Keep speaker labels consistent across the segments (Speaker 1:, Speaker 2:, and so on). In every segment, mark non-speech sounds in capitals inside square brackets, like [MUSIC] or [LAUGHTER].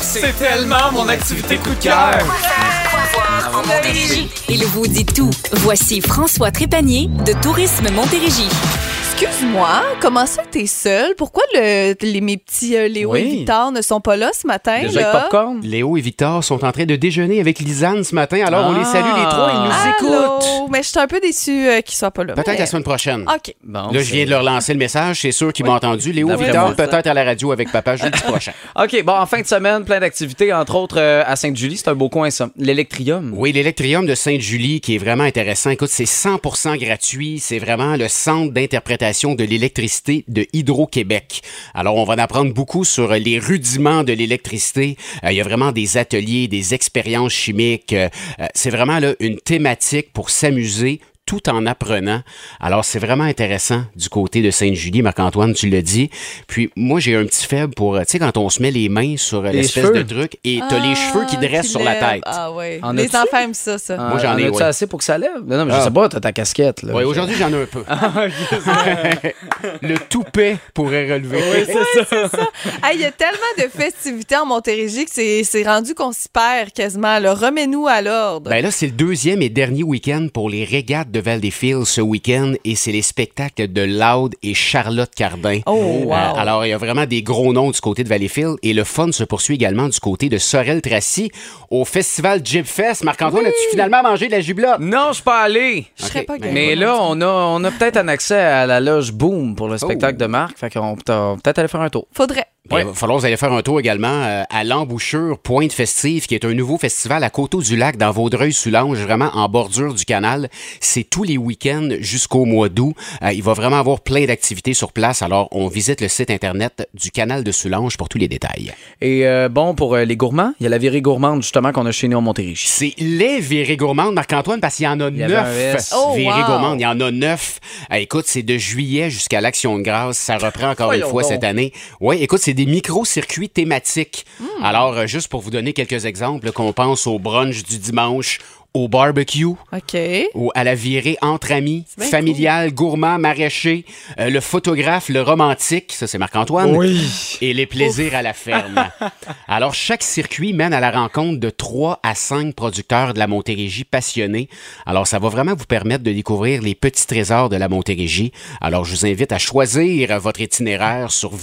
Speaker 1: C'est tellement mon activité coup de cœur.
Speaker 2: en Montérégie. Il vous dit tout. Voici François Trépanier de Tourisme Montérégie.
Speaker 3: Excuse-moi, comment ça t'es seul? Pourquoi le, les, mes petits euh, Léo
Speaker 4: Oui.
Speaker 3: et Victor ne sont pas là ce matin?
Speaker 4: Déjà
Speaker 3: là?
Speaker 4: avec popcorn.
Speaker 5: Léo et Victor sont en train de déjeuner avec Lisanne ce matin, alors on les salue les trois, ils nous
Speaker 4: Ah.
Speaker 3: Allô?
Speaker 5: écoutent.
Speaker 3: Mais je suis un peu déçue euh, qu'ils soient pas là.
Speaker 5: Peut-être
Speaker 3: mais- Ah,
Speaker 5: la semaine prochaine.
Speaker 3: OK.
Speaker 4: Bon,
Speaker 5: Là, je viens de leur lancer le message, c'est sûr qu'ils m'ont entendu. Léo,
Speaker 4: D'après
Speaker 5: Victor,
Speaker 4: moi.
Speaker 5: peut-être à la radio avec
Speaker 3: [LAUGHS]
Speaker 5: papa jeudi prochain.
Speaker 4: OK, bon, en fin de semaine, plein d'activités, entre autres euh, à Sainte-Julie. C'est un beau coin, ça. L'électrium.
Speaker 5: Oui, l'électrium de Sainte-Julie qui est vraiment intéressant. Écoute, c'est 100% gratuit. C'est vraiment le centre d'interprétation de l'électricité de Hydro-Québec. Alors, on va en apprendre beaucoup sur les rudiments de l'électricité. Euh, il y a vraiment des ateliers, des expériences chimiques. Euh, euh, c'est vraiment là, une thématique pour s'amuser tout en apprenant. Alors, c'est vraiment intéressant du côté de Sainte-Julie. Marc-Antoine, tu l'as dit. Puis, moi, j'ai un petit faible pour, euh, tu sais, quand on se met les mains sur euh,
Speaker 4: Les
Speaker 5: l'espèce
Speaker 4: cheveux.
Speaker 5: de truc et t'as les cheveux qui
Speaker 3: Ah,
Speaker 5: dressent sur la
Speaker 3: lèvent.
Speaker 5: tête.
Speaker 3: Ah oui.
Speaker 4: En
Speaker 3: les
Speaker 4: as-tu?
Speaker 3: enfants aiment ça, ça.
Speaker 4: Euh,
Speaker 5: Moi, j'en ai,
Speaker 4: en as-tu
Speaker 5: ouais.
Speaker 4: assez pour que ça lève? Non, non, mais je
Speaker 5: Ah.
Speaker 4: sais pas, t'as ta casquette. Là,
Speaker 5: Oui, aujourd'hui, j'en ai un
Speaker 3: [LAUGHS]
Speaker 5: peu.
Speaker 3: Ah,
Speaker 5: le toupet pourrait relever. Ah.
Speaker 3: Hey, Il y a tellement de festivités en Montérégie que c'est c'est rendu qu'on s'y perd quasiment. là. Remets-nous à l'ordre.
Speaker 5: Ben là, c'est le deuxième et dernier week-end pour les régates de Val des Fields ce week-end et c'est les spectacles de Loud et Charlotte Cardin. Euh,
Speaker 3: Oh, wow.
Speaker 5: alors, il y a vraiment des gros noms du côté de Valleyfield et le fun se poursuit également du côté de Sorel-Tracy au festival Jibfest. Marc-Antoine, as-tu finalement mangé de la jubelotte?
Speaker 4: Non, je suis pas allé.
Speaker 3: je serais
Speaker 5: ok,
Speaker 3: pas
Speaker 5: ben-
Speaker 3: game.
Speaker 4: Mais là, on a, on a peut-être un accès à la loge Boom
Speaker 5: Oh.
Speaker 4: pour le spectacle de Marc. Fait qu'on peut on peut peut-être aller faire un tour.
Speaker 3: Faudrait.
Speaker 5: Il va falloir vous aller faire un tour également euh, à l'embouchure Pointe Festive, qui est un nouveau festival à Coteau du Lac dans Vaudreuil-Soulanges, vraiment en bordure du canal. C'est tous les week-ends jusqu'au mois d'août. Euh, il va vraiment avoir plein d'activités sur place. Alors, on visite le site internet du canal de Soulanges pour tous les détails.
Speaker 4: Et euh, bon, pour euh, les gourmands, il y a la virée gourmande justement qu'on a chez nous en Montérégie.
Speaker 5: C'est les virées gourmandes, Marc-Antoine, parce qu'il y en a
Speaker 4: y avait un
Speaker 5: neuf.
Speaker 4: S.
Speaker 3: Oh,
Speaker 5: virées
Speaker 3: wow.
Speaker 5: gourmandes, il y en a neuf. Ah, écoute, c'est de juillet jusqu'à l'Action de grâce. Ça reprend encore une
Speaker 4: Voyons
Speaker 5: fois
Speaker 4: donc.
Speaker 5: cette année. Oui, écoute, c'est des micro-circuits thématiques. Alors, euh, juste pour vous donner quelques exemples, qu'on pense au brunch du dimanche, au barbecue,
Speaker 3: OK.
Speaker 5: ou à la virée entre amis,
Speaker 3: bien
Speaker 5: familial, gourmand, maraîcher, euh, le photographe, le romantique, ça c'est Marc-Antoine,
Speaker 4: Oui.
Speaker 5: et les plaisirs à la ferme. Alors, chaque circuit mène à la rencontre de 3 à 5 producteurs de la Montérégie passionnés. Alors, ça va vraiment vous permettre de découvrir les petits trésors de la Montérégie. Alors, je vous invite à choisir votre itinéraire sur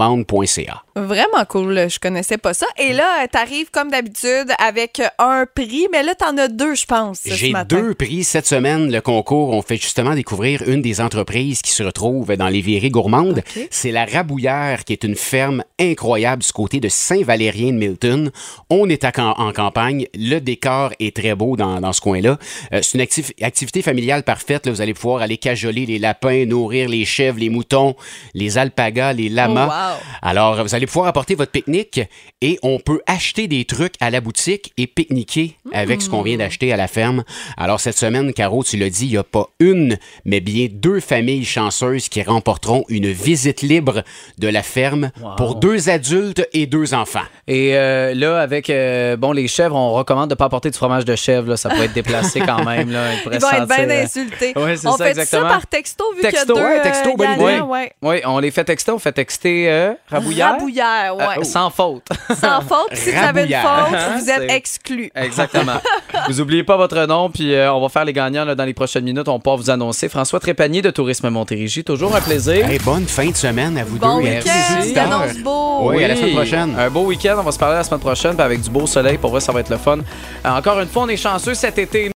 Speaker 5: virégourmande.ca.
Speaker 3: Vraiment cool. Je connaissais pas ça. Et là, t'arrives comme d'habitude avec un prix, mais là, t'en as deux, je pense. ce
Speaker 5: J'ai
Speaker 3: matin.
Speaker 5: deux prix cette semaine. Le concours, on fait justement découvrir une des entreprises qui se retrouve dans les virées gourmandes. C'est la Rabouillère, qui est une ferme incroyable du côté de Saint-Valérien de Milton. On est à cam- en campagne. Le décor est très beau dans, dans ce coin-là. Euh, c'est une actif- activité familiale parfaite. là. Vous allez pouvoir aller cajoler les lapins, nourrir les chèvres, les moutons, les alpagas, les lamas.
Speaker 3: Oh, wow.
Speaker 5: Alors, vous allez pouvoir apporter votre pique-nique et on peut acheter des trucs à la boutique et pique-niquer avec ce qu'on
Speaker 3: Hmm.
Speaker 5: vient d'acheter à la ferme. Alors, cette semaine, Caro, tu l'as dit, il n'y a pas une, mais bien deux familles chanceuses qui remporteront une visite libre de la ferme pour deux adultes et deux enfants.
Speaker 4: Et euh, là, avec euh, bon les chèvres, on recommande de ne pas apporter du fromage de chèvre. Là, ça pourrait être déplacé
Speaker 3: [LAUGHS]
Speaker 4: quand même. Là,
Speaker 3: Ils
Speaker 4: pourrait
Speaker 3: vont être
Speaker 4: sentir,
Speaker 3: bien
Speaker 4: euh,
Speaker 3: insultés.
Speaker 4: [LAUGHS] Ouais, c'est
Speaker 3: On
Speaker 4: ça,
Speaker 3: fait
Speaker 4: exactement.
Speaker 3: ça par texto, vu qu'il y a
Speaker 4: Texto,
Speaker 3: deux
Speaker 5: hein,
Speaker 4: ouais, texto,
Speaker 3: euh,
Speaker 4: bonne idée.
Speaker 3: gagnants, ouais.
Speaker 4: Oui, on les fait texter, on fait texter euh, Rabouillère.
Speaker 3: Rabouillère, ouais.
Speaker 4: Euh, Sans
Speaker 5: [LAUGHS]
Speaker 4: faute.
Speaker 3: Sans faute, si vous avez une
Speaker 5: Rabouillère.
Speaker 3: faute, vous êtes
Speaker 4: C'est-
Speaker 3: exclu.
Speaker 4: Exactement. vous oubliez pas votre nom, puis euh, on va faire les gagnants là, dans les prochaines minutes. On part vous annoncer. François Trépanier de Tourisme Montérégie, toujours un plaisir.
Speaker 5: Hey, bonne fin de semaine à vous
Speaker 3: Bon
Speaker 5: deux. et à tous les
Speaker 3: week-end, il
Speaker 5: auditeurs.
Speaker 3: annonce beau.
Speaker 5: Oui, à la semaine prochaine.
Speaker 4: Un beau week-end. On va se parler la semaine prochaine, puis avec du beau soleil. Pour vrai, ça va être le fun. Euh, Encore une fois, on est chanceux cet été.